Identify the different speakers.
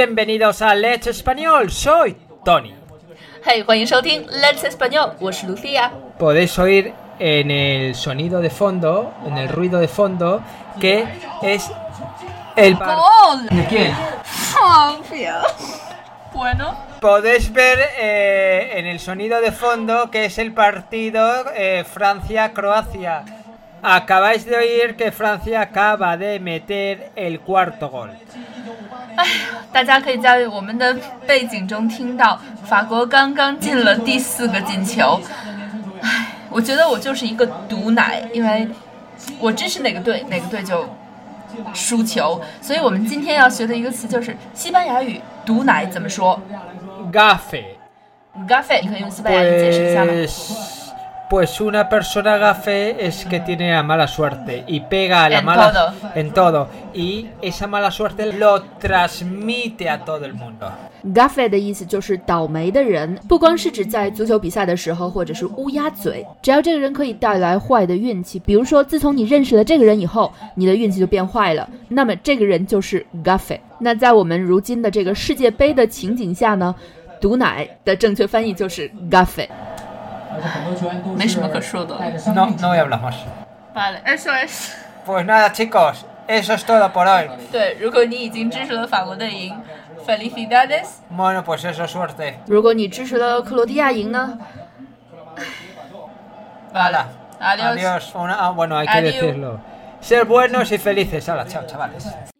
Speaker 1: bienvenidos a Let's Español. Soy Tony.
Speaker 2: Hey, 欢迎收听 Let's Español，我是 Lucia。
Speaker 1: Podéis oír en el sonido de fondo, en el ruido de fondo, que es el par-
Speaker 2: ¡Gol!
Speaker 1: ¿De quién?
Speaker 2: Bueno,
Speaker 1: Podéis ver eh, en el sonido de fondo que es el partido eh, Francia-Croacia. Acabáis de oír que Francia acaba de meter el cuarto gol.
Speaker 2: 哎大家可以在我们的背景中听到，法国刚刚进了第四个进球。唉，我觉得我就是一个毒奶，因为我支持哪个队，哪个队就输球。所以我们今天要学的一个词就是西班牙语“毒奶”怎么说
Speaker 1: Gafe.
Speaker 2: ？Gafe，你可以用西班牙语解释一下吗？
Speaker 1: Pues, pues una persona gafe es que tiene la mala suerte y pega a la
Speaker 2: En
Speaker 1: mala
Speaker 2: todo.
Speaker 1: en todo y esa mala suerte lo transmite a todo el mundo.
Speaker 3: Gafe 的意思就是倒霉的人，不光是指在足球比赛的时候，或者是乌鸦嘴，只要这个人可以带来坏的运气，比如说自从你认识了这个人以后，你的运气就变坏了，那么这个人就是 Gafe。那在我们如今的这个世界杯的情景下呢，毒奶的正确翻译就是 Gafe。
Speaker 2: 没什么可说的。
Speaker 1: No, no voy a hablar más.
Speaker 2: 罢了，SOS。
Speaker 1: Pues nada chicos, eso es todo por hoy.
Speaker 2: 对，如果你已经支持了法国队赢，felicidades。
Speaker 1: Bueno, pues eso suerte.
Speaker 3: 如果你支持了克罗地亚赢呢，
Speaker 1: Hala.
Speaker 2: Adiós.
Speaker 1: Adiós. Una- ah, bueno, hay que
Speaker 2: Adiós.
Speaker 1: decirlo. Ser buenos y felices. Hala, chao chavales.